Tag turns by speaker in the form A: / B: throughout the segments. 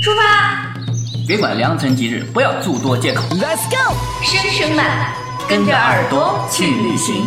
A: 出发！
B: 别管良辰吉日，不要诸多借口。
C: Let's go！
A: 声声慢，跟着耳朵去旅行。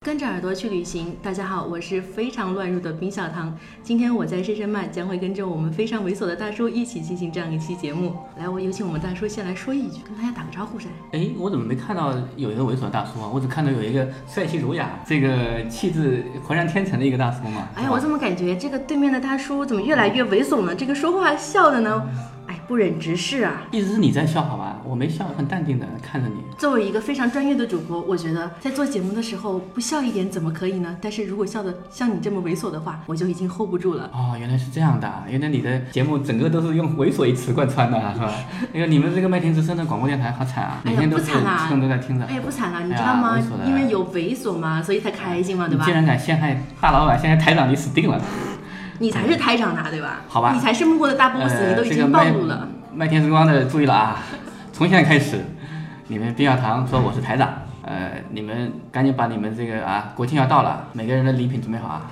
D: 跟着耳朵去旅行，大家好，我是非常乱入的冰小糖。今天我在深深慢将会跟着我们非常猥琐的大叔一起进行这样一期节目。来，我有请我们大叔先来说一句，跟大家打个招呼噻。
E: 哎，我怎么没看到有一个猥琐大叔啊？我只看到有一个帅气儒雅、这个气质浑然天成的一个大叔嘛。哦
D: 哎呀，我怎么感觉这个对面的大叔怎么越来越猥琐呢？这个说话笑的呢，哎，不忍直视啊。
E: 一直是你在笑好吧？我没笑，很淡定的看着你。
D: 作为一个非常专业的主播，我觉得在做节目的时候不笑一点怎么可以呢？但是如果笑的像你这么猥琐的话，我就已经 hold 不住了。
E: 哦，原来是这样的啊，原来你的节目整个都是用猥琐一词贯穿的啊，是吧？那个你们这个麦田之声的广播电台好惨啊，
D: 哎
E: 每
D: 呀，
E: 天都
D: 不
E: 是
D: 惨啦、
E: 听众都在听着。
D: 哎呀，不惨啦、你
E: 哎呀
D: 知道吗
E: 猥琐？的
D: 因为有猥琐嘛，所以才开心嘛，对
E: 你
D: 吧
E: 竟？然敢陷害大老板，陷害台长，你死定了。
D: 你才是台长呢，对吧？
E: 好吧
D: 你才是幕后的大 boss，、
E: 呃
D: 你都已
E: 这个
D: 经暴
E: 麦
D: 露了。
E: 麦田之光的注意了啊！ 从现在开始，你们冰小堂说我是台长，呃，你们赶紧把你们这个啊，国庆要到了，每个人的礼品准备好啊。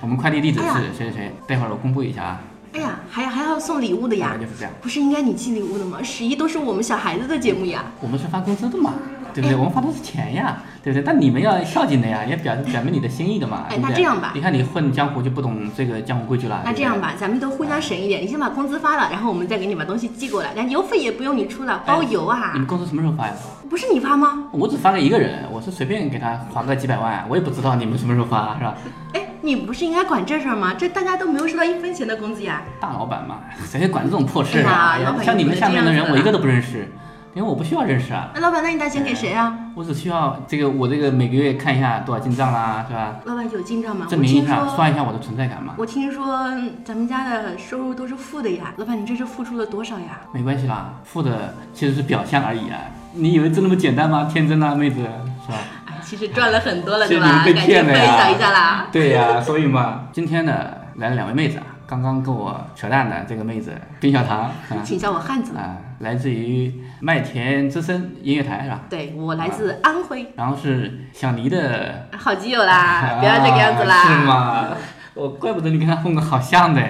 E: 我们快递地址
D: 哎呀
E: 是谁谁谁，待会儿我公布一下啊。
D: 哎呀，还还要送礼物的
E: 大
D: 呀
E: 概？就是这样。
D: 不是应该你寄礼物的吗？十一都是我们小孩子的节目呀。
E: 我们是发工资的嘛，对不对？我们发的是钱呀，对不对？但你们要孝敬的呀，也表表明你的心意的嘛。
D: 哎
E: 对不对
D: 那这样吧
E: 你看你混江湖就不懂这个江湖规矩了。
D: 那
E: 对不对
D: 这样。吧，咱们都互相省一点，你先把工资发了，然后我们再给你把东西寄过来，但邮费也不用你出了，包邮啊
E: 你，们公司什么时候哎发呀？嗯
D: 不是你发吗？
E: 我只发了一个人，我是随便给他划个几百万，我也不知道你们什么时候发，是吧？
D: 哎，你不是应该管这事儿吗？这大家都没有收到一分钱的工资呀。
E: 大老板嘛， 谁管这种破事
D: 哎
E: 啊
D: 呀老？板
E: 像你们下面的
D: 也不
E: 人，
D: 能这样子啊
E: 我一个都不认识，因为我不需要认识啊，
D: 那老板，那你打钱给谁啊？
E: 我只需要这个我这个每个月看一下多少进账啦，是吧？
D: 老板有进账吗？啊我
E: 证明一
D: 听
E: 下，
D: 说，
E: 刷一下我的存在感嘛。
D: 我听说咱们家的收入都是负的呀。老板，你这是付出了多少呀？
E: 没关系啦，负的其实是表象而已啊。你以为就那么简单吗？天真啊，妹子， 是吧？
D: 哎，其实赚了很多了，
E: 其
D: 对
E: 实
D: 吧？
E: 你们
D: 赶
E: 被
D: 紧
E: 骗
D: 分
E: 了呀
D: 享一下啦。
E: 对呀、所以嘛，今天呢来了两位妹子啊，刚刚跟我扯淡的这个妹子冰小糖啊
D: 请叫我汉子。
E: 啊，来自于麦田之声音乐台是吧？
D: 对我来自安徽，
E: 然后是小尼的
D: 好基友啦，啊不要这个样子
E: 啊是
D: 啦。
E: 吗？我怪不得你跟他混个好像的，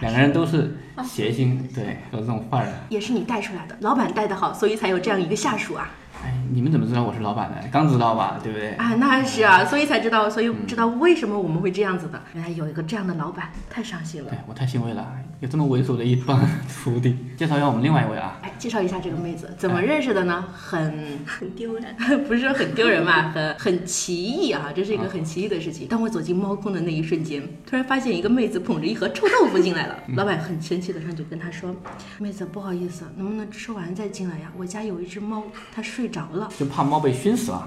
E: 两个人都是谐星，对，有这种范儿的。
D: 也是你带出来的，老板带的好，所以才有这样一个下属啊。
E: 哎，你们怎么知道我是老板的？刚知道吧，对不对？
D: 啊，那是啊，所以才知道，所以知道为什么我们会这样子的。原来有一个这样的老板，太伤心了
E: 对。哎我太欣慰了，有这么猥琐的一帮徒弟。介绍一下我们另外一位啊，
D: 哎，介绍一下这个妹子，怎
E: 哎
D: 么认识的呢？很很丢人， 不是说很丢 人吧，很很奇异啊，这是一个很奇异的事情。当我走进猫空的那一瞬间，突然发现一个妹子捧着一盒臭豆腐进来
E: 嗯
D: 了，老板很生气的上去跟她说：“妹子，不好意思，能不能吃完再进来呀？我家有一只猫，它睡着了。”
E: 就怕猫被熏死 了，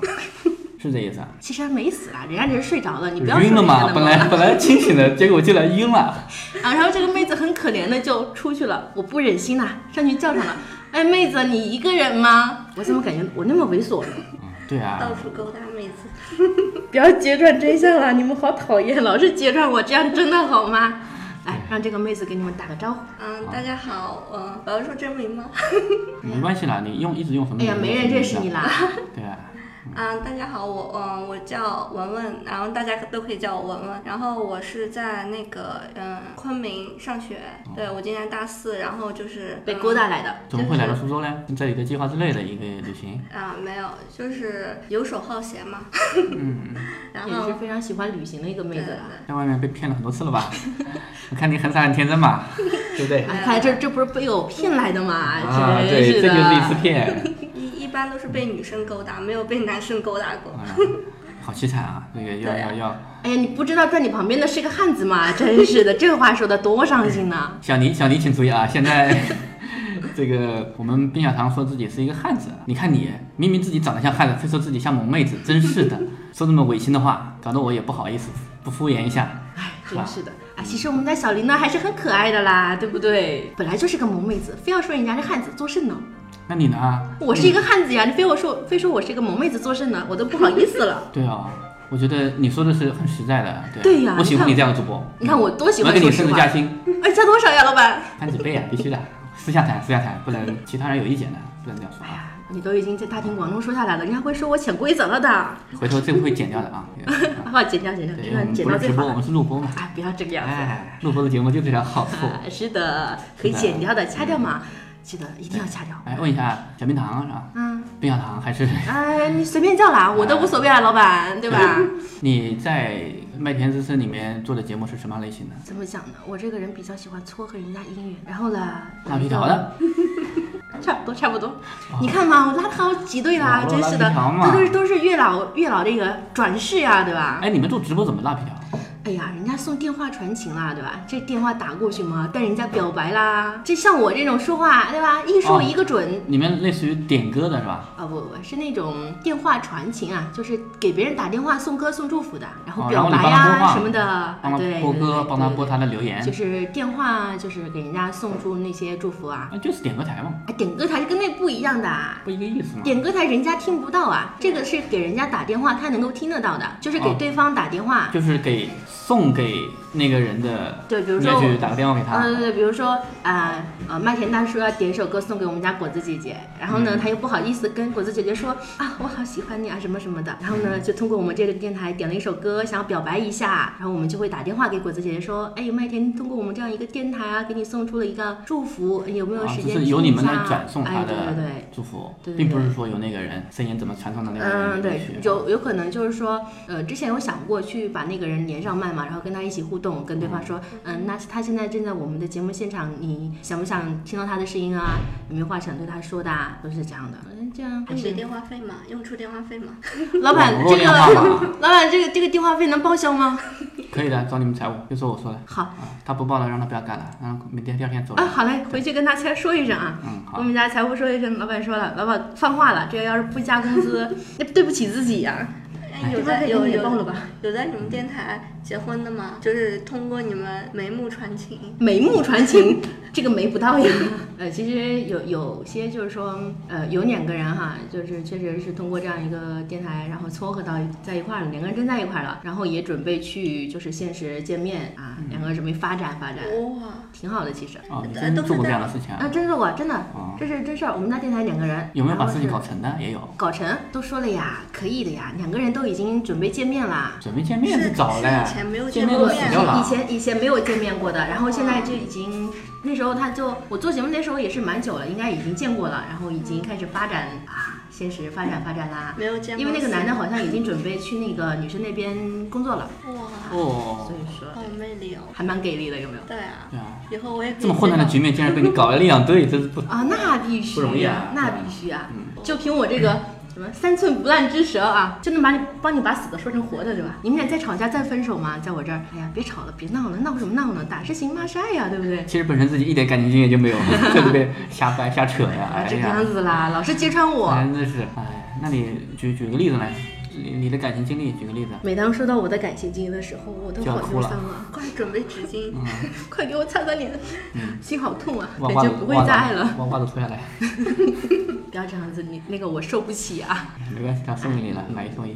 E: 是这意思啊？
D: 其实还没死啊，人家只是睡着了，你不要说
E: 晕了嘛，
D: 人家
E: 本
D: 的
E: 来
D: 猫
E: 本来清醒的，结果竟然晕了。
D: 啊，然后这个妹子很可怜的就出去了，我不忍心呐、上去叫上了。哎，妹子，你一个人吗？我怎么感觉我那么猥琐呢？
E: 对啊
A: 到，处勾搭妹子，
D: 不要揭穿真相了，你们好讨厌，老是揭穿我，这样真的好吗？来，让这个妹子给你们打个招呼。
A: 嗯，大家好，嗯，我要说真名吗？
E: 没关系啦，你用一直用什么？
D: 哎呀，没人认识你。啦。
E: 对啊，
A: 嗯，大家好，我嗯，我叫文文，然后大家都可以叫我文文。然后我是在那个嗯昆明上学，对我今年大四，然后就是
D: 哦
A: 嗯
D: 被勾。搭来的，
E: 怎么会来到苏州呢？这里的计划之类的一个旅行，
A: 嗯啊，没有，就是游手好闲嘛。
D: 嗯
A: 然
D: 也
A: 后
D: 是非常喜欢旅行的一个妹
A: 对
D: 子
A: 对
D: 啦。
E: 在外面被骗了很多次了吧？ 我看你很傻很天真 嘛，对不对？
D: 啊，看来这这不是被我骗来的吗？
E: 啊，
D: 真
E: 对，
D: 是
E: 这
D: 的。
E: 就是一次骗，
A: 对，一一般都是被女生勾搭，没有被男生勾搭过。
D: 嗯
E: 啊好凄惨啊！这个要
A: 对啊
E: 要要，
D: 哎呀，你不知道在你旁边的是个汉子吗？真是的，这话说的多伤心呐！
E: 小尼小尼，请注意啊！现在 这个我们冰小糖说自己是一个汉子，你看你明明自己长得像汉子，非说自己像萌妹子，真是 的，说这么违心的话，搞得我也不好意思，不敷衍一下。
D: 哎，
E: 是
D: 真
E: 吧
D: 是的啊！其实我们家小林呢还是很可爱的啦，对不对？本来就是个萌妹子，非要说人家是汉子作甚呢？
E: 那你呢？
D: 我是一个汉子呀，你非我说非说我是一个萌妹子作甚呢？我都不好意思了。
E: 对啊，我觉得你说的是很实在的，对
D: 对呀
E: 我喜欢
D: 你看
E: 你这样的主播，
D: 你看我多喜
E: 我要
D: 欢
E: 给
D: 说
E: 你
D: 实
E: 升职
D: 话
E: 加，薪。
D: 哎，加多少呀，老板？
E: 翻几倍啊，必须的，私下谈，私下谈，不能其他人有意见的，不能这样说
D: 哎
E: 啊。
D: 呀，你都已经在大庭广众说下来了，人家会说我潜规则了的。
E: 回头这个会剪掉的啊。
D: 好，剪掉，剪掉，
E: 对，
D: 这
E: 因为我们
D: 段剪
E: 不
D: 到
E: 是
D: 最
E: 直
D: 好
E: 播，我
D: 了
E: 们。是录播嘛。
D: 哎，不要这个样子。
E: 哎，录播的节目就这点好处。
D: 啊，是的，可以剪掉的，掐掉
E: 嗯
D: 嘛，记得一定要掐掉。
E: 哎，问一下小冰糖是吧？
D: 嗯，
E: 冰小糖还是
D: 哎，你随便叫啦，我都无所谓啊，老板，对吧？
E: 你在麦田之声里面做的节目是什么类型的？
D: 怎么讲呢？我这个人比较喜欢撮合人家姻缘，然后呢，
E: 拉皮条的，哦
D: 差不多，差不多。你看嘛，我拉好几对啦，
E: 网络
D: 真是的
E: 拉皮哦条，嘛
D: 这都是都是月老月老这个转世呀、对吧？
E: 哎，你们做直播怎么拉皮条？
D: 哎呀，人家送电话传情啦，对吧？这电话打过去嘛，带人家表白啦。这像我这种说话，对吧？一说
E: 哦
D: 一个准，
E: 你们类似于点歌的是吧？
D: 啊、不不，是那种电话传情啊，就是给别人打电话送歌送祝福的，然后
E: 哦然
D: 表
E: 后你
D: 白
E: 帮他
D: 呀、
E: 播放
D: 什么的，
E: 帮他
D: 啊对，
E: 播
D: 对
E: 歌，帮他。
D: 对
E: 播
D: 对
E: 他的留言
D: 就，是电话，就是给人家送出那些祝福啊，
E: 那就是点歌台嘛，
D: 哎，点歌台是跟那不一样的啊。
E: 不一个意思嘛。
D: 点歌台人家听不到啊，这个是给人家打电话，他能够听得到的，就是给
E: 哦
D: 对方打电话。
E: 就是给送给那个人的，
D: 对比如
E: 你
D: 说
E: 要
D: 我
E: 去打个电话给
D: 嗯，对
E: 他，
D: 对，比如说，呃呃，麦田大叔要点一首歌送给我们家果子姐姐，然后呢，
E: 嗯
D: 他又不好意思跟果子姐姐说啊，我好喜欢你啊，什么什么的，然后呢，就通过我们这个电台点了一首歌，想要表白一下，然后我们就会打电话给果子姐姐说，哎，麦田通过我们这样一个电台啊，给你送出了一个祝福，哎有没有
E: 啊，
D: 时
E: 就
D: 间、
E: 是由你们来转送
D: 哎
E: 他，
D: 对对对
E: 的。祝福
D: 对，对
E: 并不
D: 对
E: 是说由那个人声音怎么传送到那个人
D: 嗯，
E: 里面
D: 对
E: 去，
D: 有有可能就是说，呃，之前有想过去把那个人连上麦嘛，然后跟他一起互动，跟对方说，嗯，那他现在正在我们的节目现场，你想不想听到他的声音啊？有没有话想对他说的？啊？都是这样的。嗯，这样
A: 还是电话费嘛，用出电话费嘛。
D: 老板
E: 网络
D: 这个，
E: 电话嘛
D: 老板这个这个电话费能报 销吗？
E: 可以的，找你们财务，就说我说的，
D: 好
E: 啊，他不报了，让他不要干了，然后明天第二天走
D: 啊，
E: 人。
D: 好嘞，回去跟他财说一声啊。
E: 嗯，
D: 我
E: 好，
D: 们家财务说一声，老板说了，老板放话了，这个要是不加 工资，那对不起自己呀、
A: 哎有
D: 这块
A: 在
D: 可以给
A: 有
D: 你
A: 有
D: 报了吧？
A: 有在你们电台结婚的吗？就是通过你们眉目传情。
D: 眉目传情， 这个眉不到呀。 呃，其实有有些就是说，呃，有两个人哈，就是确实是通过这样一个电台，然后撮合到在一块儿了，两个人真在一块儿了，然后也准备去就是现实见面啊，
E: 嗯
D: 两个人准备发展发展，
A: 哇，
D: 挺好的其实。
E: 啊，你真做过这样的事情
D: 啊，
E: 啊？
D: 真的我真的
E: 哦，
D: 这是真事儿。我们家电台两个人
E: 有没有把
D: 然后
E: 事情
D: 是
E: 搞成的？也有，
D: 搞成？都说了呀，可以的呀，两个人都已经准备见面啦。
E: 准备见面
A: 是
E: 就早嘞
A: 是以前没有，
E: 见
A: 见
E: 面
A: 过
E: 都
A: 面
E: 死掉了
D: 哦以。前以前没有见面过的，然后现在就已经，那时候他就我做节目那时候也是蛮久了，应该已经见过了，然后已经开始发展啊，现实发展发展啦。
A: 没有见过。
D: 因为那个男的好像已经准备去那个女生那边工作了，
A: 哇，
E: 哦
D: 所，以说
A: 好有魅力哦。
D: 还蛮给力的，有没有？
A: 对啊，
E: 对啊，
A: 以后我也可以
E: 这么混蛋的
A: 介绍
E: 局面竟然被你搞了一两对，真是不，
D: 啊，那必须
E: 不容易啊
D: 那必须啊！
E: 嗯，
D: 就凭我这个什么三寸不烂之舌啊，就能把你帮你把死的说成活的，对吧？你们俩再吵架再分手嘛，在我这儿，哎呀，别吵了，别闹了，闹什么闹呢？打是情骂是爱呀，对不对？
E: 其实本身自己一点感情经验就没有， 在这边瞎掰瞎扯呀，
D: 啊，
E: 哎
D: 这个
E: 呀
D: 样，子啦，老是揭穿我。
E: 真的是，哎，那你举举个例子来，你你的感情经历举个例子，
D: 每当说到我的感情经历的时候，我都
E: 就要
D: 好
E: 哭
D: 忧
E: 了
D: 伤啊！
A: 快准备纸巾，
E: 嗯
D: 快给我擦擦脸，心好痛啊，
E: 哇
D: 感
E: 袜
D: 觉
E: 子
D: 不会
E: 袜子
D: 再爱了。
E: 哇袜子脱下来，
D: 不要这样子，你那个我受不起啊！
E: 没关系，他送给你了，买一送 一。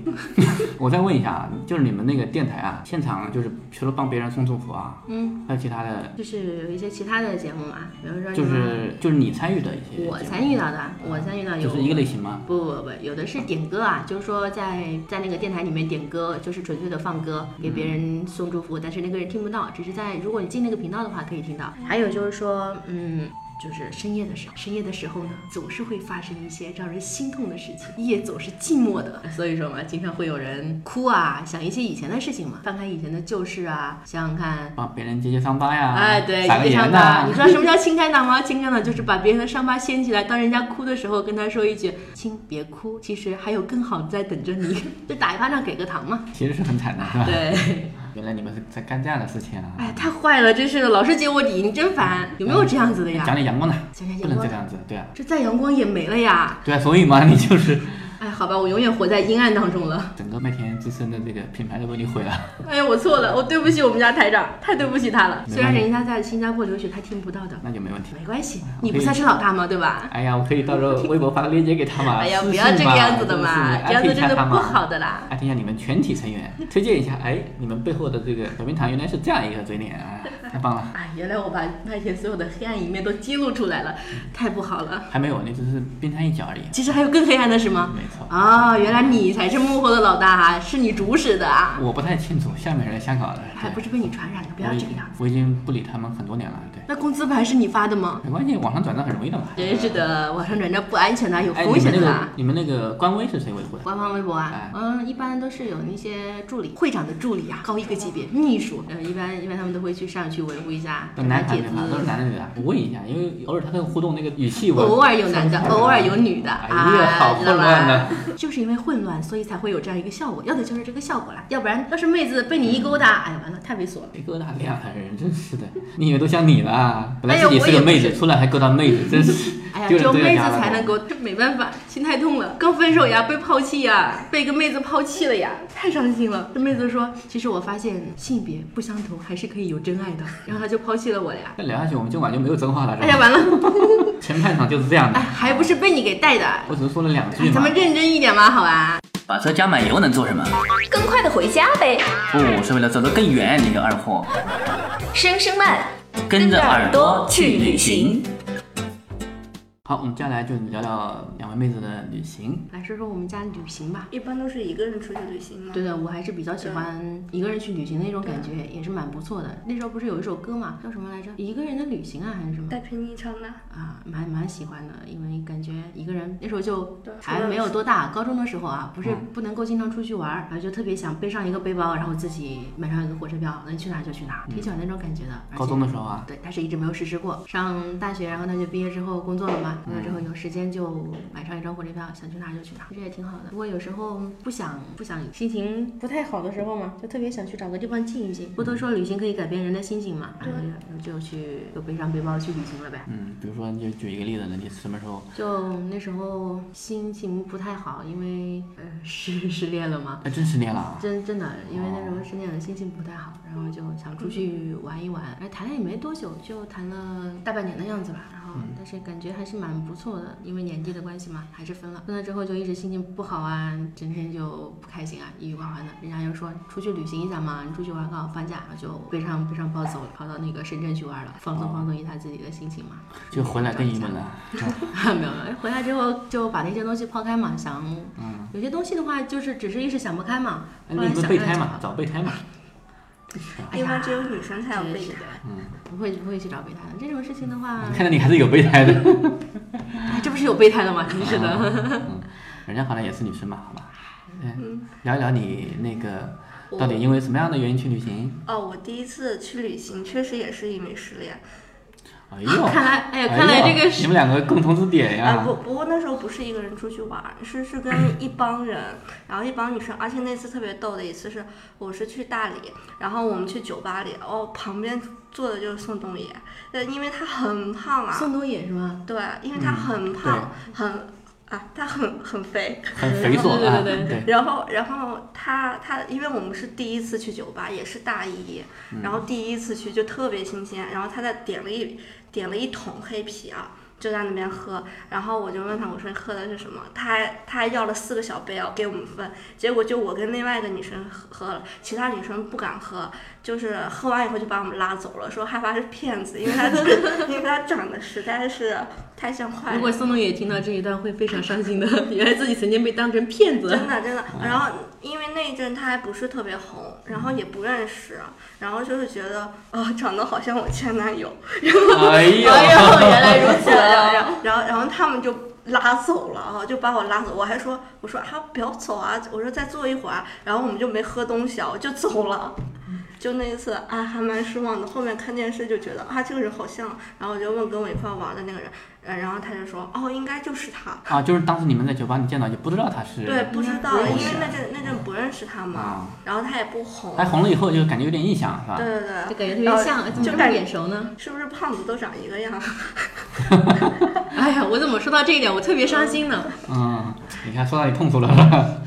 E: 我再问一下啊，就是你们那个电台啊，现场就是除了帮别人送祝福啊，
D: 嗯，
E: 还有其他的，
D: 就是有一些其他的节目嘛，比如说
E: 就
D: 什么
E: 是就是你参与的一些节目，
D: 我参与到的，啊我参与到有
E: 就是一个类型吗？
D: 不不不，有的是点歌啊，就是说在在那个电台里面点歌，就是纯粹的放歌，给别人送祝福，但是那个人听不到，只是在如果你进那个频道的话可以听到。还有就是说，嗯。就是深夜的时候，深夜的时候呢，总是会发生一些让人心痛的事情。夜总是寂寞的，所以说嘛，经常会有人哭啊，想一些以前的事情嘛，翻看以前的旧事啊，想想看
E: 帮别人解解伤疤呀，
D: 哎，对，
E: 撒个
D: 非常
E: 盐
D: 大。
E: 呐
D: 你知，道什么叫清肝党吗？清肝党就是把别人的伤疤掀起来，当人家哭的时候，跟他说一句“亲，别哭，其实还有更好的在等着你”， 就打一巴掌给个糖嘛。
E: 其实是很惨的，是吧？
D: 对，
E: 原来你们是在干这样的事情啊！
D: 哎，太坏了，真是的，老是揭我底，你真烦。有没有这样子的呀？
E: 讲点阳光的，
D: 讲讲
E: 不
D: 阳
E: 能
D: 光
E: 这个，样子，对啊，
D: 这再阳光也没了呀。
E: 对啊，所以嘛，你就是
D: 哎，好吧，我永远活在阴暗当中了。
E: 整个麦田自身的这个品牌都被你毁了。
D: 哎呀，我错了，我对不起我们家台长，太对不起他了。
E: 没关系
D: 虽然人家在新加坡留学，他听不到的，
E: 那就没问题。
D: 没关系，你不算是老大吗？对吧？
E: 哎呀，我可以到时候微博发个链接给他嘛。
D: 哎呀，
E: 啊私哎
D: 不
E: 信
D: 要这个样子的
E: 嘛
D: 嘛，，这
E: 艾
D: 样
E: 特
D: 子
E: 一
D: 真
E: 下
D: 的
E: 他
D: 不
E: 嘛
D: 好的啦。
E: 艾特一下你们全体成员，推荐一下。哎，你们背后的这个小冰糖原来是这样一个嘴脸啊，太棒了！
D: 哎，原来我把麦田所有的黑暗一面都揭露出来了，太不好了。
E: 还没有，那只是冰山一角而已。
D: 其实还有更黑暗的是吗？
E: 没错，
D: 啊、原来你才是幕后的老大啊，是你主使的啊，
E: 我不太清楚下面人香港的，
D: 还不是被你传染的，不要这个样子。
E: 我已经不理他们很多年了，对，
D: 那工资不还是你发的吗？
E: 没关系，网上转账很容易的嘛。
D: 真是的，网上转账不安全的，有
E: 哎，
D: 风
E: 你
D: 险
E: 们那
D: 的啊
E: 个
D: 啦。
E: 你们那个官微是谁维护的？
D: 官方微博啊
E: 哎，
D: 嗯，一般都是有那些助理、会长的助理啊，高一个级别，秘书，呃，一般一般他们都会去上去维护一下，给他
E: 男的
D: 解
E: 女的都是
D: 资。
E: 男的女的，我问一下，因为偶尔他跟我互动那个语气我，
D: 偶尔有男的，偶尔有女的，
E: 哎
D: 啊
E: 呀，好
D: 知道
E: 混乱
D: 吧
E: 呐！
D: 就是因为混乱，所以才会有这样一个效果，要的就是这个效果啦。要不然，要是妹子被你一勾
E: 嗯
D: 搭，哎呀，完了，太猥琐了。
E: 谁勾搭两个人，真是的！你以为都像你了？啊本来
D: 哎呀
E: 自己
D: 我
E: 是
D: 也
E: 个
D: 不
E: 妹
D: 是
E: 子，出来还勾搭妹子，真是
D: 哎呀，
E: 丢
D: 只
E: 人
D: 有
E: 丢人
D: 妹
E: 家
D: 子
E: 了
D: 才能够，这没办法，心太痛了，刚分手呀， 被抛弃呀，被一个妹子抛弃了呀，太伤心了。这妹子说，其实我发现性别不相同还是可以有真爱 的，然后她就抛弃了我了呀。
E: 再聊下去，我们今晚就没有真话了。
D: 哎呀，完了，
E: 是吧前半场就是这样的
D: 哎，，还不是被你给带的。哎
E: 我只是说了两句
D: 咱
E: 嘛
D: 们。认真一点嘛，好吧？
B: 把车加满油能做什么？
C: 更快的回家呗。
B: 不是为了走得更远，你个二货！
C: 声声慢，
B: 跟着耳朵去旅行。
E: 好，我们接下来就聊聊两位妹子的旅行。
D: 来说说我们家旅行吧。
A: 一般都是一个人出去旅行吗？
D: 对的，我还是比较喜欢一个人去旅行的那种感觉，也是蛮不错的。那时候不是有一首歌嘛，叫什么来着？一个人的旅行啊，还是什么？
A: 带平尼昌的，
D: 啊，蛮蛮喜欢的，因为感觉一个人那时候就
A: 对
D: 还没有多大，高中的时候啊，不是不能够经常出去玩儿，然后就特别想背上一个背包，然后自己买上一个火车票，能去哪儿就去哪儿，挺喜欢那种感觉的。而
E: 高
D: 且
E: 中的时候啊，
D: 对，但是一直没有实施过。上大学，然后大学毕业之后工作了嘛，工作之后有时间就买上一张火车票，想去哪儿就去哪儿，嗯这也挺好的。不过有时候不想不想心情不太好的时候嘛，就特别想去找个地方静一静。不都说旅行可以改变人的心情嘛，然后就就去就背上背包去旅行了呗。
E: 嗯，比如说你就举一个例子，你什么时候？
D: 就那时候心情不太好，因为呃 失失恋了嘛，
E: 哎，真失恋了啊！哦
D: 真真的，因为那时候失恋了，心情不太好，然后就想
E: 嗯
D: 出去玩一玩，哎，谈了也没多久，就谈了大半年的样子吧，然后
E: 嗯
D: 但是感觉还是蛮不错的，因为年纪的关系嘛，还是分了。分了之后就一直心情不好啊，整天就不开心啊，郁郁寡欢的。人家就说出去旅行一下嘛，你出去玩刚好放假，然后就背上背上包走了，跑到那个深圳去玩了，放松放松一下自己的心情嘛。
E: 哦就回来更郁闷了。
D: 没有没有，回来之后就把那些东西抛开嘛，想，
E: 嗯
D: 有些东西的话就是只是一时想不开嘛，
E: 哎
D: 后
E: 那
D: 来
E: 你们
D: 想
E: 备
D: 着
E: 胎
D: 找
E: 嘛，找备胎嘛。
D: 哎
A: 一
D: 呀
A: 般只有女生才有
D: 真
A: 备
D: 是
A: 胎
D: 的。，
E: 嗯
D: 不会不会去找备胎的。这种事情的话，
E: 看来你还是有备胎的。
D: 哎，这不是有备胎了吗？真是的。
E: 嗯，人家好像也是女生嘛，好吧？嗯
A: 嗯，
E: 聊一聊你那个
A: 我
E: 到底因为什么样的原因去旅行？
A: 哦，我第一次去旅行，确实也是因为失恋。
E: 哎呦，
D: 看来哎呀，看来这
E: 哎
D: 个
E: 呦
D: 是
E: 你们两个共同之点
A: 啊，
E: 呀
A: 不，，不过那时候不是一个人出去玩儿，是是跟一帮人，然后一帮女生，而且那次特别逗的一次是，我是去大理，然后我们去酒吧里，哦，旁边坐的就是宋冬野，呃，因为他很胖 啊，
D: 宋冬野是吗？
A: 对，因为他很胖，很啊，他很很肥，
E: 很猥琐啊，
D: 对对对
E: 对，
A: 然后，然后他他，因为我们是第一次去酒吧，也是大一，然后第一次去就特别新鲜。然后他在点了一点了一桶黑啤啊，就在那边喝。然后我就问他，我说你喝的是什么？他还他还要了四个小杯啊，给我们分。结果就我跟另外一个女生喝喝了，其他女生不敢喝，就是喝完以后就把我们拉走了，说害怕是骗子，因为他 因为他长得实在是太像坏人。
D: 如果宋冬野听到这一段会非常伤心的， 原来自己曾经被当成骗子。
A: 真的真的。然后因为那一阵他还不是特别红，然后也不认识，然后就是觉得啊、长得好像我前男友，
E: 哎呦，
D: 哎呦，原来如 此
A: 然
D: 啊！
A: 后然后然后他们就。拉走了啊，就把我拉走，我还说我说啊不要走啊，我说再坐一会儿啊，然后我们就没喝东西啊，我就走了，就那一次啊还蛮失望的。后面看电视就觉得啊这个人好像，然后我就问跟我一块玩的那个人，呃然后他就说哦应该就是他，
E: 啊，就是当时你们在酒吧你见到就不知道他是
A: 对不知道，
D: 不
A: 因
D: 认
E: 识
A: 为那阵那阵不认识他嘛，
E: 啊，
A: 然后他也不红，
E: 哎，红了以后就感觉有点印象是吧？
A: 对对对，
D: 就感觉特别像，哎怎么这
A: 就
D: 么
A: 感
D: 眼熟呢？
A: 是不是胖子都长一个样？
D: 哎呀，我怎么说到这一点，我特别伤心呢？
E: 嗯，你看，说到你痛处了。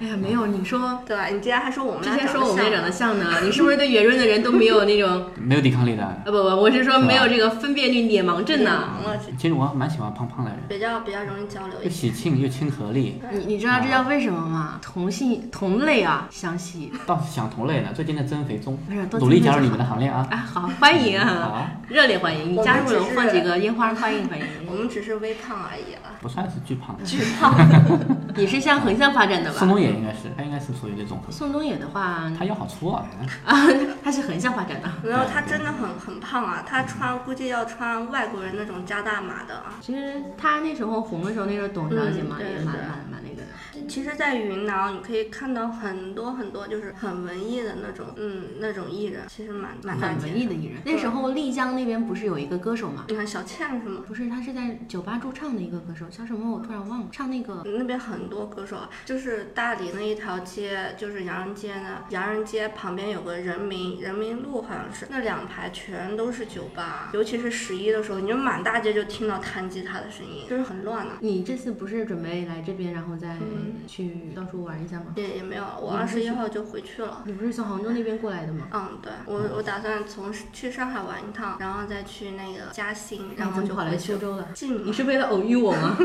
D: 哎呀，没有，你说
A: 对吧？你之前还说我们
D: 之
A: 俩
D: 前
A: 长
D: 说
A: 得
D: 我们俩
A: 像
D: 长得像呢，你是不是对圆润的人都没有那种？
E: 没有抵抗力的。
D: 呃，不不，我是说
E: 是吧
D: 没有这个分辨率脸盲症呢。
A: 忙了，
E: 其实我蛮喜欢胖胖的人，
A: 比较比较容易交流一
E: 又
A: 些。
E: 喜庆又亲和力，
D: 你你知道这叫为什么吗？同性同类啊，相吸。
E: 倒是想同类了。最近的增肥中
D: 没事，多
E: 努力
D: 增肥
E: 加入
D: 就
E: 你们的行列啊！
D: 啊，好欢迎
E: 好
D: 啊，
E: 啊，
D: 热烈欢迎！你加入
A: 我
D: 了，
A: 们只是
D: 放几个烟花欢迎欢迎。
A: 我们只是微胖而已啊了。
E: 不算是巨胖，
A: 巨胖，
D: 你是向横向发展的
E: 宋
D: 吧？
E: 冬野应该是，他应该是属于那种，
D: 宋冬野的话，
E: 他腰好粗啊。
D: 啊，他是横向发展的。
A: 没有他真的很很胖啊！他穿估计要穿外国人那种加大码的啊。
D: 其实他那时候红的时候，那时候董小姐嘛，
A: 嗯对
D: 也
A: 对
D: 蛮
A: 对
D: 蛮蛮那个的。
A: 其实，在云南你可以看到很多很多就是很文艺的那种，嗯，那种艺人，其实蛮蛮大
D: 很文艺
A: 街。
D: 的艺人。那时候丽江那边不是有一个歌手嘛？
A: 你看小倩是吗？
D: 不是，他是在酒吧驻唱的一个歌手，叫什么？我突然忘了，唱那个
A: 那边很多歌手啊，就是大理那一条街，就是洋人街呢，洋人街旁边有个人民人民路，好像是那两排全都是酒吧，尤其是十一的时候，你就满大街就听到弹吉他的声音，就是很乱啊。
D: 你这次不是准备来这边，然后再
A: 嗯
D: 去到处玩一下吗？
A: 也也没有，我
D: 嗯
A: 二十一号就回去了。
D: 你不是从杭州那边过来的吗？
A: 嗯，对我我打算从去上海玩一趟，然后再去那个嘉兴，然后
D: 你怎
A: 就
D: 么跑来
A: 回去
D: 苏
A: 了。
D: 州了？
A: 近
D: 你
A: 嘛，
D: 是为了偶遇我吗？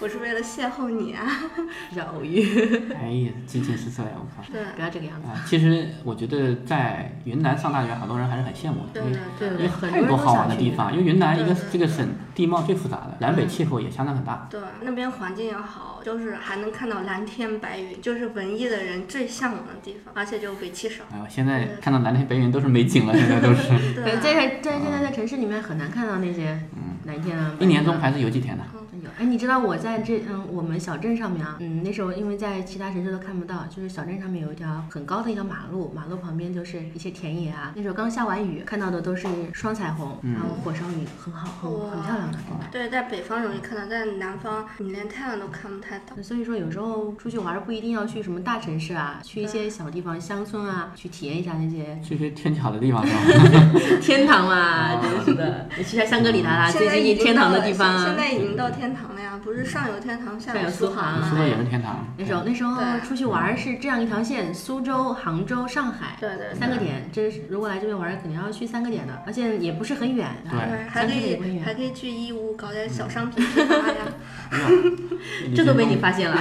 A: 我是为了邂逅你啊。
D: 比较偶遇，
E: 哎呀，激情四射呀！我靠。
A: 对
D: 不要这个样子。
E: 啊，其实我觉得在云南上大学，好多人还是很羡慕的，
A: 对
E: 因为
A: 对
D: 对
E: 因为
D: 很
E: 太
D: 多人都
E: 多好玩的
D: 想去
E: 地方，因为云南一
A: 对
E: 个
A: 对
E: 这个省地貌最复杂的，南北气候也相当很大。
A: 对，啊那边环境也好，就是还能看到蓝天白云，就是文艺的人最向往的地方，而且就尾气少。
E: 哎呦，现在看到蓝天白云都是美景了，现在都是
A: 对
D: 对，
A: 啊，
D: 在在现在在城市里面很难看到那些蓝天啊。
E: 嗯一年中还是有几天的。
D: 有哎，你知道我在这嗯我们小镇上面啊，嗯那时候因为在其他城市都看不到，就是小镇上面有一条很高的一条马路，马路旁边就是一些田野啊。那时候刚下完雨，看到的都是双彩虹，然后火烧云，很好，很很漂亮的，真的。
A: 对，在北方容易看到，在南方你连太阳都看不太到。
D: 所以说，有时候出去玩儿不一定要去什么大城市啊，去一些小地方、乡村啊，去体验一下那些
E: 这些天气好的地方是吧？
D: 天堂啊，真是 的。尤其像香格里拉啦，
A: 现
D: 最
A: 在
D: 接
A: 已
D: 近
A: 经
D: 天堂
A: 到
D: 的
A: 了
D: 地方
A: 现
D: 啊。
A: 在已经到天堂了呀，不是上有天堂，下
D: 上有
A: 苏啊
D: 苏 杭
E: 苏
A: 嘛。
E: 州也是天堂。
D: 那时候，那时候
A: 对
D: 出去玩儿是这样一条线：苏州、杭州、上海。
A: 对对
D: 三个点，这是如果来这边玩，肯定要去三个点的，而且也不是很远。
E: 对
A: 对，还可
D: 三哎千里不
A: 以
D: 远嗯
A: 还可以去义乌搞点小商品批发呀。
E: 哎呦
D: 这都被你发现了，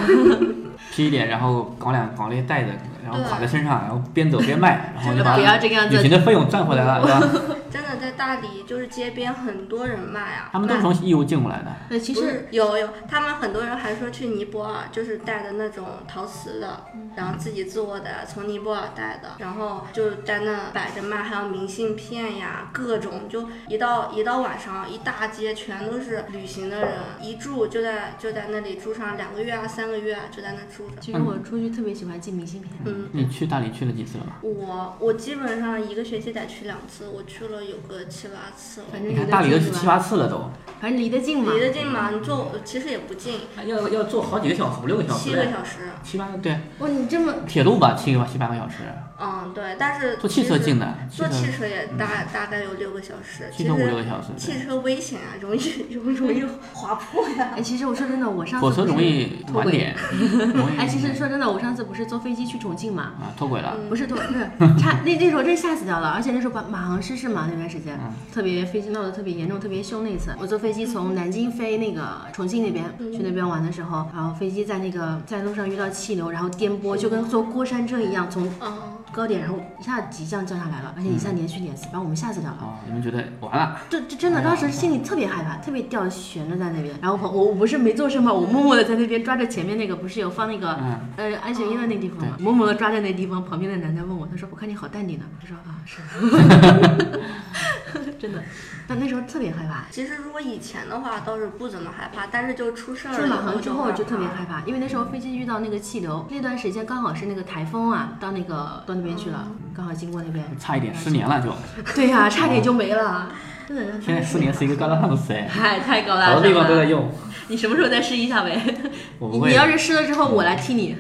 E: 披一点，然后搞两搞那些袋子，然后
A: 对
E: 挎在身上，然后边走边卖，然后就把
D: 不要这个样
E: 旅
D: 子
E: 行。的费用赚回来了，是吧？
A: 真的在大理，就是街边很多人卖啊。
E: 他们都是
A: 卖
E: 从义乌进过来的。
D: 对，其
A: 不
D: 实
A: 是有有，他们很多人还说去尼泊尔，就是带的那种陶瓷的，然后自己做的，从尼泊尔带的，然后就在那摆着卖，还有明信片呀，各种就一到一到晚上，一大街全都是旅行的人，一住就在就在那里住上两个月啊，三个月啊，就在那住着。
D: 其实我出去特别喜欢寄明信片，
A: 嗯，
E: 你去大理去了几次了吧？
A: 我我基本上一个学期得去两次，我去了有个七八次了。
D: 反正
E: 你
D: 离
E: 看大理
D: 得
E: 都
D: 近
E: 嗯去
D: 是
E: 七
D: 吧？
E: 八次了都。
D: 反正离得近嘛
A: 离。得近嘛，你坐其实也不近，
E: 要要坐好几个小时，五六个小
A: 七
E: 时
A: 个
E: 嘞，
A: 小时。
E: 七八个对，
D: 哇，你这么
E: 铁路吧，七个吧，七八个小时，
A: 嗯，对，但是
E: 坐汽车
A: 其实
E: 进的，
A: 坐汽
E: 车嗯
A: 车也大大概有六个小时，
E: 汽
A: 其
E: 车五六
A: 实
E: 个小时，
A: 汽车危险啊，容易 容容易划破呀。
D: 哎，其实我说真的，我上
E: 对火
D: 次
E: 车
D: 不
E: 容
D: 是
E: 易
D: 脱
E: 晚
D: 轨。
E: 点，容易
D: 哎，其实说真的，我上次不是坐飞机去重庆嘛，
E: 啊脱轨了，
D: 不是脱，不是差那那时候真吓死掉了，而且那时候马马航失事嘛，那段时间、特别飞机闹得特别严重，特别凶那次。我坐飞机从南京飞那个重庆那边、去那边玩的时候，然后飞机在那个在路上遇到气流，然后颠簸，就跟坐过山车一样，从
A: 嗯，
D: 高点然后一下急降降下来了，而且一下连续两次，把我们吓死掉了。
E: 啊，你们觉得完了，
D: 这这真的，当时心里特别害怕，特别吊悬着在那边。然后我我不是没做声嘛，我默默的在那边抓着前面那个，不是有放那个、
E: 嗯
D: 呃安全烟的那地
E: 哦
D: 方嘛，默默的抓在那地方。旁边的男的问我，他说：“我看你好淡定的。”我说：“啊，是。” 真的，但那时候特别害怕。
A: 其实如果以前的话倒是不怎么害怕，但是就出事儿
D: 出
A: 了
D: 马航之后我就特别
A: 怕。
D: 害怕，因为那时候飞机遇到那个气流，那段时间刚好是那个台风啊，到那个到那边去了，刚好经过那边。
E: 差一点失联了就，
D: 对呀、差点就没
E: 哦
D: 了。真的，
E: 现在失联是一个高大上的词，哎
D: 太太高大
E: 好多
D: 上了。
E: 地方都在用，
D: 你什么时候再试一下呗？
E: 我
D: 你
E: 不会嗯
D: 你，要是试了之后，我来踢你。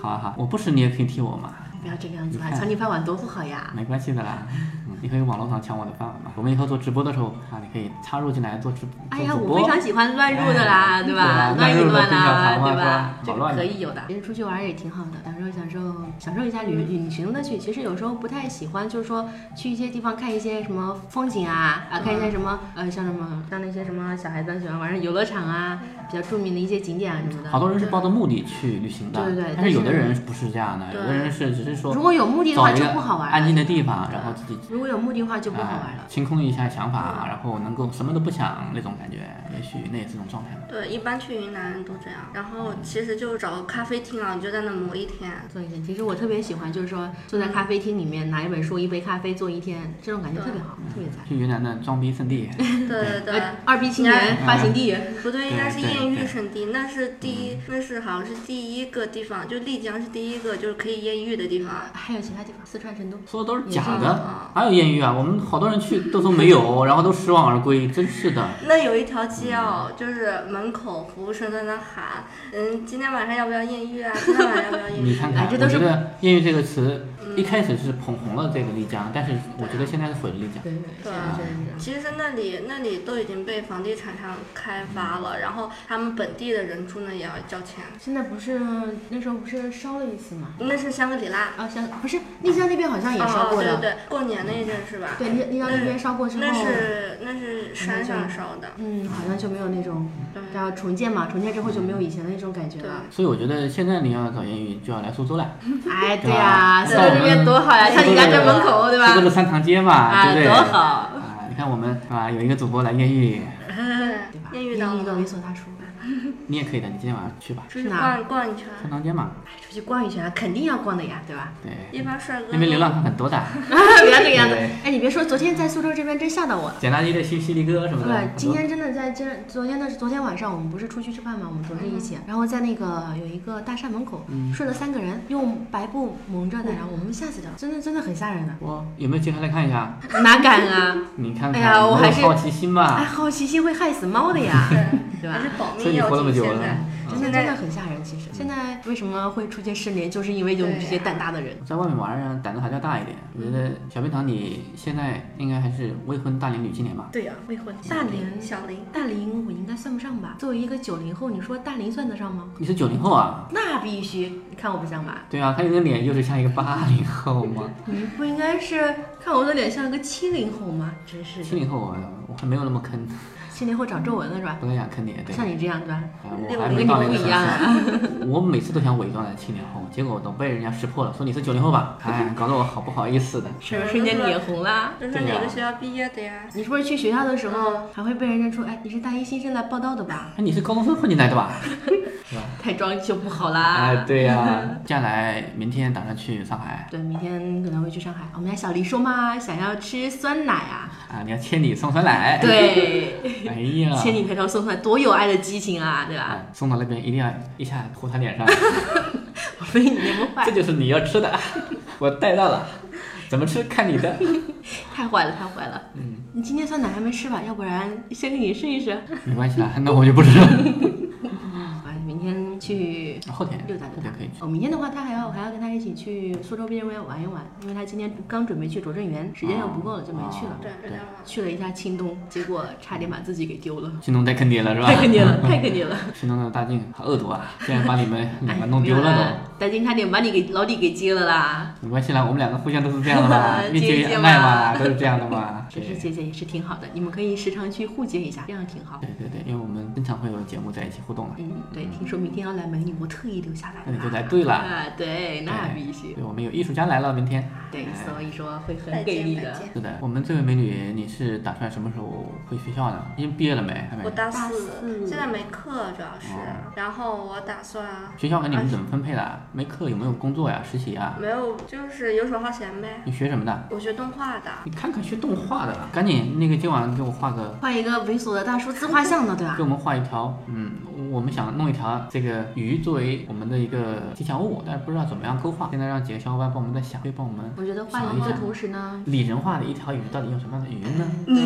E: 好啊好，我不识你也可以踢我嘛，
D: 不要这个样子吧，
E: 你看
D: 抢你饭碗多不好呀！
E: 没关系的啦，嗯，你可以网络上抢我的饭碗嘛。我们以后做直播的时候啊，你可以插入进来做直
D: 哎
E: 做
D: 呀，
E: 主
D: 我
E: 播
D: 非。常喜欢乱入的啦，对
E: 对
D: 吧？
E: 啊
D: 乱一
E: 乱入的比
D: 乱啦，
E: 较常
D: 对吧？
E: 是吧
D: 这
E: 捣乱
D: 个
E: 的
D: 可以有的。其实出去玩儿也挺好的，享受享受享受一下旅旅行的去。其实有时候不太喜欢，就是说去一些地方看一些什么风景啊，啊，看一些什么呃，像什么像那些什么小孩子喜欢玩儿的游乐场啊，比较著名的一些景点啊什么的。
E: 好多人是抱着目的去旅行的，
D: 对对对
E: 但是有的
D: 但是
E: 人不是这样的，
A: 对
E: 有的人是只是说
D: 如果有目的的
E: 找
D: 话
E: 一
D: 就
E: 个
D: 不好玩
E: 安静
D: 了。
E: 的地方，然后自己
D: 如果有目的的话就不好玩
E: 啊
D: 了。
E: 清空一下想法，然后能够什么都不想那种感觉，也许那也是一种状态嘛。
A: 对，一般去云南都这样。然后其实就是找个咖啡厅啊，你就在那磨一天。
D: 做一天，其实我特别喜欢，就是说坐在咖啡厅里面拿一本书，一杯咖啡坐一天，这种感觉特别好，特别赞。
E: 去云南的装逼圣 地，
A: 对对对，
D: 呃，二逼青年发行地，
A: 不对，应该是
E: 哎对对
A: 艳遇
E: 对嗯
A: 圣地，那是第一，那是好像是第一个地方，就丽江是第一个就是可以艳遇的地方。
D: 还有其他地方，四川成都。
E: 说的都是假
A: 也是
E: 的
A: 啊，
E: 哪有艳遇啊？我们好多人去都说没有，然后都失望而归，真是的。
A: 那有一条街哦，就是门口服务生在那喊，嗯，今天晚上要不要艳遇啊？今天晚上要不要艳
E: 你
A: 遇？
E: 看看，
D: 哎这都是
E: 我
D: 嗯
E: 觉得“艳遇”这个词一开始是捧红了这个丽江，但是我觉得现在是毁了丽江。
D: 对对
A: 对
D: 对对
A: 其实那里那里都已经被房地产商开发了，然后他们本地的人住那也要交钱。
D: 现在不是那时候不是烧了一次吗？
A: 那是香格里拉，
D: 啊，像不是丽江那边好像也烧
A: 哦，
D: 过
A: 对对
D: 的，
A: 对，过年那一阵是吧？
D: 对丽丽江那边烧过之
A: 那
D: 后，
A: 是那是山上烧的，
D: 嗯，好像就没有那种
A: 对
D: 叫重建嘛，重建之后就没有以前的那种感觉了。
E: 所以我觉得现在你要找艳遇，就要来苏州了，
D: 哎，对呀，
E: 对
D: 苏州这边多好呀，像你家这门口对
E: 苏州
D: 吧？
E: 的三塘街嘛，
D: 啊，
E: 对不
D: 多
E: 对？
D: 好，
E: 啊，你看我们啊，有一个主播来艳遇，
D: 对吧？
A: 艳遇到
D: 当
A: 了
D: 一个
A: 吗
D: 为？所他说，
E: 你也可以的，你今天晚上去吧，
A: 出
D: 是
A: 去
D: 哪
A: 逛逛一圈，
E: 三塘街嘛，
D: 哎出去逛一圈肯定要逛的呀，对吧？
E: 对，
A: 一般帅哥
E: 那边流浪汉很多的，
D: 不要这个样子
E: 对。
D: 哎，你别说，昨天在苏州这边真吓到我了。
E: 捡垃圾的犀犀利哥什么的
D: 对，，今天真的在这，昨天的昨天晚上我们不是出去吃饭嘛，我们同事一起，然后在那个有一个大厦门口、睡了三个人，用白布蒙着的，然后我们吓死掉嗯了，真的真的很吓人的，
E: 我有没有揭开来看一下？
D: 哪敢 啊！
E: 你看看，
D: 哎呀我
E: 你有
D: 还是
E: 好奇心
D: 哎，
E: 吧。
D: 好奇心会害死猫的呀，对
A: 还
D: 吧
A: 是？保
E: 所以
A: 密
E: 你
A: 要
E: 活那么
A: 紧。
E: 久
A: 现
E: 了
A: 在，
D: 真的真的很吓人，其实现在为什么会出现失联，就是因为有
A: 对呀
D: 这些胆大的人。
E: 在外面玩儿啊，胆子还是要大一点。我觉得小冰糖，你现在应该还是未婚大龄女青年吧？
D: 啊
A: 对呀，未婚
D: 大龄
A: 小林，
D: 大龄我应该算不上吧？作为一个九零后，你说大龄算得上吗？
E: 你是九零后啊？
D: 那必须，你看我不像吧？
E: 对啊，他有个脸就是像一个八零后 嘛，
D: 你不应该是看我的脸像一个七零后吗？真是
E: 七
D: 的，
E: 零后我我还没有那么坑，
D: 七零后长皱纹了是吧？
E: 不太想坑你。对，
D: 像你这样对吧？
E: 啊我
A: 六
E: 还
D: 我跟
E: 没
D: 你
E: 到那
D: 们
E: 个
D: 不
E: 层
D: 一样
E: 次。
D: 啊！
E: 我每次都想伪装成七零后，结果都被人家识破了，说你是九零后 吧？哎，搞得我好不好意思的。
D: 是不是瞬间脸红啦？
A: 就是
E: 对呀
A: 哪个学校毕业的呀？
D: 你是不是去学校的时候还会被人认出？哎，你是大一新生来报道的吧？
E: 哎，你是高中生混进来的吧？
D: 太装就不好
E: 哎，
D: 啦。
E: 对呀、接下来明天打算去上海
D: 对，明天可能会去上海。我们家小黎说嘛，想要吃酸奶啊。
E: 啊，你要千里送酸奶。，
D: 对，
E: 哎呀，
D: 千里迢迢送出来，多有爱的激情啊，对吧？
E: 啊，送到那边一定要一下糊他 脸上，
D: 我被你那么坏
E: 这，就是你要吃的， 我带到了，怎么吃看你 的。
D: 太坏了，太坏了。嗯，你今天酸奶还没吃吧？要不然先给你试一试。
E: 没关系啦，那我就不吃 了。嗯
D: 啊，明天去
E: 后天
D: 溜达溜
E: 后
D: 达
E: 哎天可以去。
D: 哦，明天的话，他还要还要跟他一起去苏州边玩一玩，因为他今天刚准备去拙政园，时间又不够了，就没去了。
A: 对，有点忘了。
D: 去了一下清东，结果差点把自己给丢了，
E: 新农太坑哦爹了是吧？
D: 太坑爹了，太坑爹了！
E: 新农的大靖好恶毒啊，竟然把 你们两个
D: 哎，
E: 弄丢
D: 没有
E: 了
D: 啦，大金差点把你给老李给接了啦。
E: 都。没关系啦，我们两个互相都是这样的 嘛，越结
D: 接一
E: 越
D: 接
E: 爱
D: 嘛
E: 嘛，都是这样的 嘛。
D: 其实
E: 对
D: 姐姐也是挺好的，你们可以时常去互接一下，这样挺好。
E: 对对对，因为我们经常会有节目在一起互动嘛，
D: 嗯，对，听说明天要来美女，我特意留下来
E: 那你就
D: 了。
E: 来对了。
D: 啊，对，那必须。
E: 对，我哎们有艺术家来了，明天。
D: 对，所以说会很
A: 再
D: 给
A: 见
D: 力
A: 再
D: 的。
A: 见。
E: 是的，我们这位美女，你是打算什么时候回学校呢？已经毕业了没？还没
A: 我。大四
D: 四，
A: 现在没课主要是，然后我打算
E: 学校给你们怎么分配的？啊没课有没有工作呀？实习啊？
A: 没有，就是游手好闲呗。
E: 你学什么的？
A: 我学动画的，
E: 你看看学动画的了，赶紧那个今晚给我画个，
D: 画一个猥琐的大叔自画像 的，对吧
E: 给？我们画一条，嗯，我们想弄一条这个鱼作为我们的一个吉祥物，但是不知道怎么样勾画。现在让几个小伙伴帮我们在想，可以帮我们
D: 我觉得画
E: 想
D: 鱼
E: 一
D: 的
E: 下
D: 同时呢，
E: 拟人化的一条鱼到底用什么样的鱼呢？
D: 嗯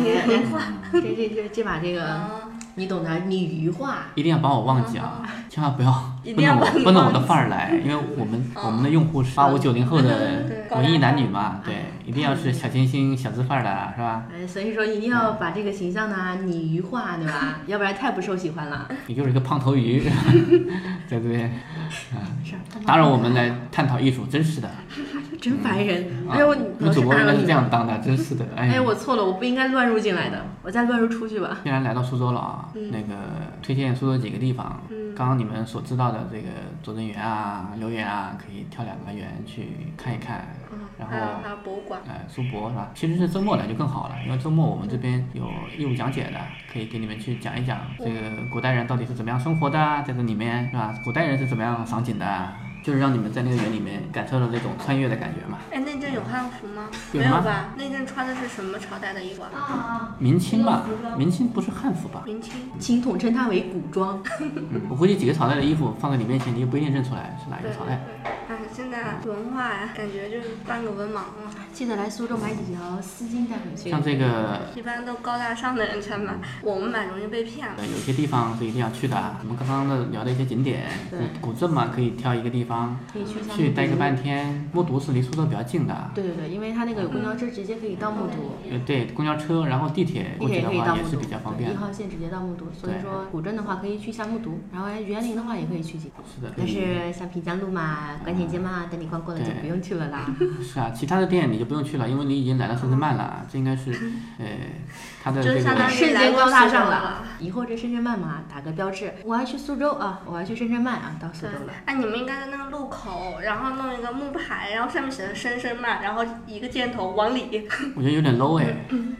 D: 这这这这把这个
A: 嗯，
D: 你懂的鲤鱼画，
E: 一定要把我忘记啊，千万不要
A: 一
E: 不
A: 定要
E: 能我
A: 把你
E: 不能我的
A: 忘记
E: 范儿来，因为我们我们的用户是八五九零后的
A: 对高
E: 文艺
A: 大
E: 男
A: 上
E: 女嘛，对，一定要是小清新、小资范儿的，啊是吧？
D: 哎，所以说一定要把这个形象呢拟鱼化，对吧？要不然太不受喜欢了。
E: 你就是一个胖头鱼， 在这边
A: 啊
D: 没事儿，
E: 啊打扰我们来探讨艺术，真是的，
D: 真烦人。
E: 啊
D: 哎呦，我
E: 我们
D: 老
E: 主
D: 是
E: 播
D: 打
E: 应
D: 扰
E: 该
D: 你
E: 是
D: 们
E: 这。样当的，真是的，哎
D: 哎，我错了，我不应该乱入进来的，我再乱入出去吧。
E: 既然来到苏州了啊，
A: 嗯
E: 那个推荐苏州几个地方，刚刚你们所知道的这个拙政园啊、留园啊，可以挑两个园去看一看，然
A: 嗯还有
E: 后
A: 还。有博物馆，
E: 呃，苏博是吧？其实是周末来就更好了，因为周末我们
A: 嗯
E: 这边有义务讲解的，可以给你们去讲一讲这
A: 嗯
E: 个古代人到底是怎么样生活的啊，在这里面是吧？古代人是怎么样赏景的啊，就是让你们在那个园里面感受到那种穿越的感觉嘛。
A: 哎，那阵有汉服吗？
E: 有
A: 没有
E: 吗
A: 吧？那阵穿的是什么朝代的衣服啊？
E: 明清吧，明清不是汉服吧？
A: 明清。
D: 请统称它为古装。
E: 嗯，我估计几个朝代的衣服放在你面前，你也不一定认出来是哪一
A: 对
E: 个
A: 对
E: 朝代。
A: 对，哎，现在文化呀，感觉就是半个文盲了。
D: 记得来苏州买几条丝巾带回去
E: 像。这个
A: 一般都高大上的人才买，我们买容易被骗了
E: 呃，。有些地方是一定要去的啊。我们刚刚的聊的一些景点，
D: 对
E: 古古镇嘛，可以挑一个地方
D: 可以去像
E: 去
D: 木
E: 待个
D: 渎
E: 半天。默读是离苏州比较近的啊，
D: 对对对，因为它那个有公交车直接可以到木渎，
E: 呃，对，公交车，然后地铁
D: 地
E: 过
D: 铁
E: 去
D: 也
E: 的
D: 可以到
E: 话也
D: 木
E: 是
D: 渎
E: 比较方，
D: 对
E: 便
D: 一
E: 的。
D: 号线直接到木渎。所以
E: 对
D: 说古镇的话可以去一下木渎，然后哎园林的话也可以去几步。
E: 是的，
D: 但是像平江路嘛、观前街嘛，等你逛过了就
E: 对
D: 不用去了 啦。
E: 是啊，其他的店你就不用去了，因为你已经来到深圳曼了啊。这应该是，
D: 嗯
E: 呃，它的
A: 就
E: 这
A: 是
E: 个
A: 相当于
D: 瞬间高大上
A: 来过苏
D: 了。以后这深圳慢嘛，打个标志，我要去苏州啊，我要去深圳慢啊，到苏
A: 对
D: 州了。，
A: 哎，你们应该在那个路口，然后弄一个木牌，然后上面写着“深深慢”，然后一个箭头往里。
E: 我觉得有点 low 哎，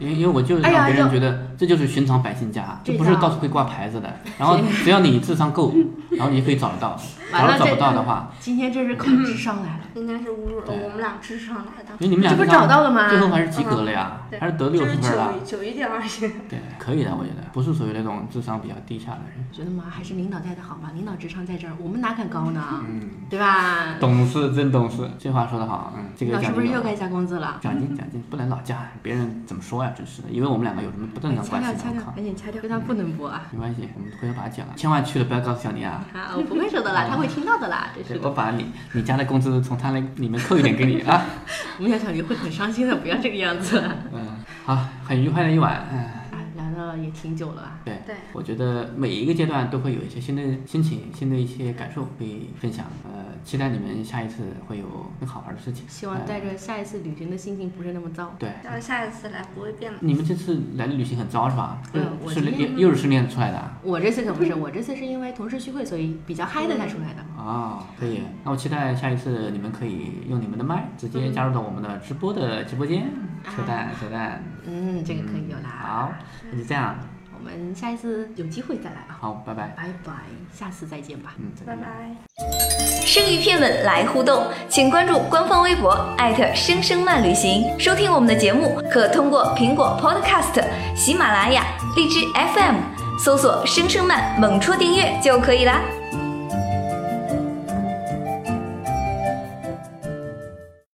E: 因为因为我就
D: 哎
E: 让
D: 呀
E: 别人
D: 就
E: 觉得这就是寻常百姓家，
D: 这
E: 这不是
D: 叫
E: 到处会挂牌子的。然后只要你智商够，然后你就可以找得到。
D: 完
E: 假
D: 了
E: 如找
D: 这
E: 不到的话，
D: 今天这是考智商来了，
A: 应该是侮辱了
E: 对
A: 我们俩智商来的
E: 因。为你们俩
D: 这不
E: 智商
D: 找到了吗嗯
E: 最后还是及格了呀，
A: 对，
E: 还是得
A: 就
E: 六
A: 是
E: 十分了
A: 九。九一点而已。
E: 对，可以的，我觉得不是属于那种智商比较低下的人。
D: 觉得嘛还是领导带的好吧，领导智商在这儿，我们哪敢高呢，
E: 嗯，
D: 对吧？
E: 懂事真懂事，这话说得好。嗯，这个
D: 老师
E: 奖
D: 不
E: 金
D: 是
E: 有
D: 又该加工资了？
E: 奖金奖金不能老加，别人怎么说呀？真是的，因为我们两个有什么不正
D: 哎
E: 当
D: 掐
E: 关
D: 掉
E: 系
D: 掐
E: 我
D: 掉，
E: 靠
D: 赶，紧掐掉，这段不能播啊！
E: 没关系，我们回头把它剪了，千万去了不要告诉小年啊。
D: 啊，我不会说的啦，他会听到的啦，真
E: 嗯对
D: 是，的
E: 我。把你你家的工资从他那里面扣一点给你啊。
D: 我们家小鱼会很伤心的，不要这个 样子。
E: 嗯，好，很愉快的一晚。嗯，
D: 啊，聊到也挺久了啊，
E: 对，
A: 对
E: 我觉得每一个阶段都会有一些新的心情、新的一些感受可以分享。呃，期待你们下一次会有更好玩的事情。
D: 希望
E: 呃
D: 带着下一次旅行的心情不是那么糟。
E: 对。
A: 然后下一次来不会变了。
E: 你们这次来的旅行很糟是吧？
D: 对
E: 是
D: 嗯我
E: 是
D: 今天
E: 练又是训练出来的啊
D: 我这次可不是，我这次是因为同事聚会，所以比较嗨的才出来的。
E: 哦可以。那我期待下一次你们可以用你们的麦直
D: 嗯
E: 接加入到我们的直播的直播间。扯淡扯淡，
D: 嗯，这个啊可以有啦。
E: 好，那就这样，
D: 我们下一次有机会再来啊，
E: 好，拜拜。
D: 拜拜，下次再见吧。
E: 嗯，再
A: 拜
E: 见。
A: 拜。
C: 生鱼片们来互动，请关注官方微博声声慢旅行。收听我们的节目，可通过苹果 Podcast、喜马拉雅、荔枝 FM 搜索“声声慢”，猛戳订阅就可以啦。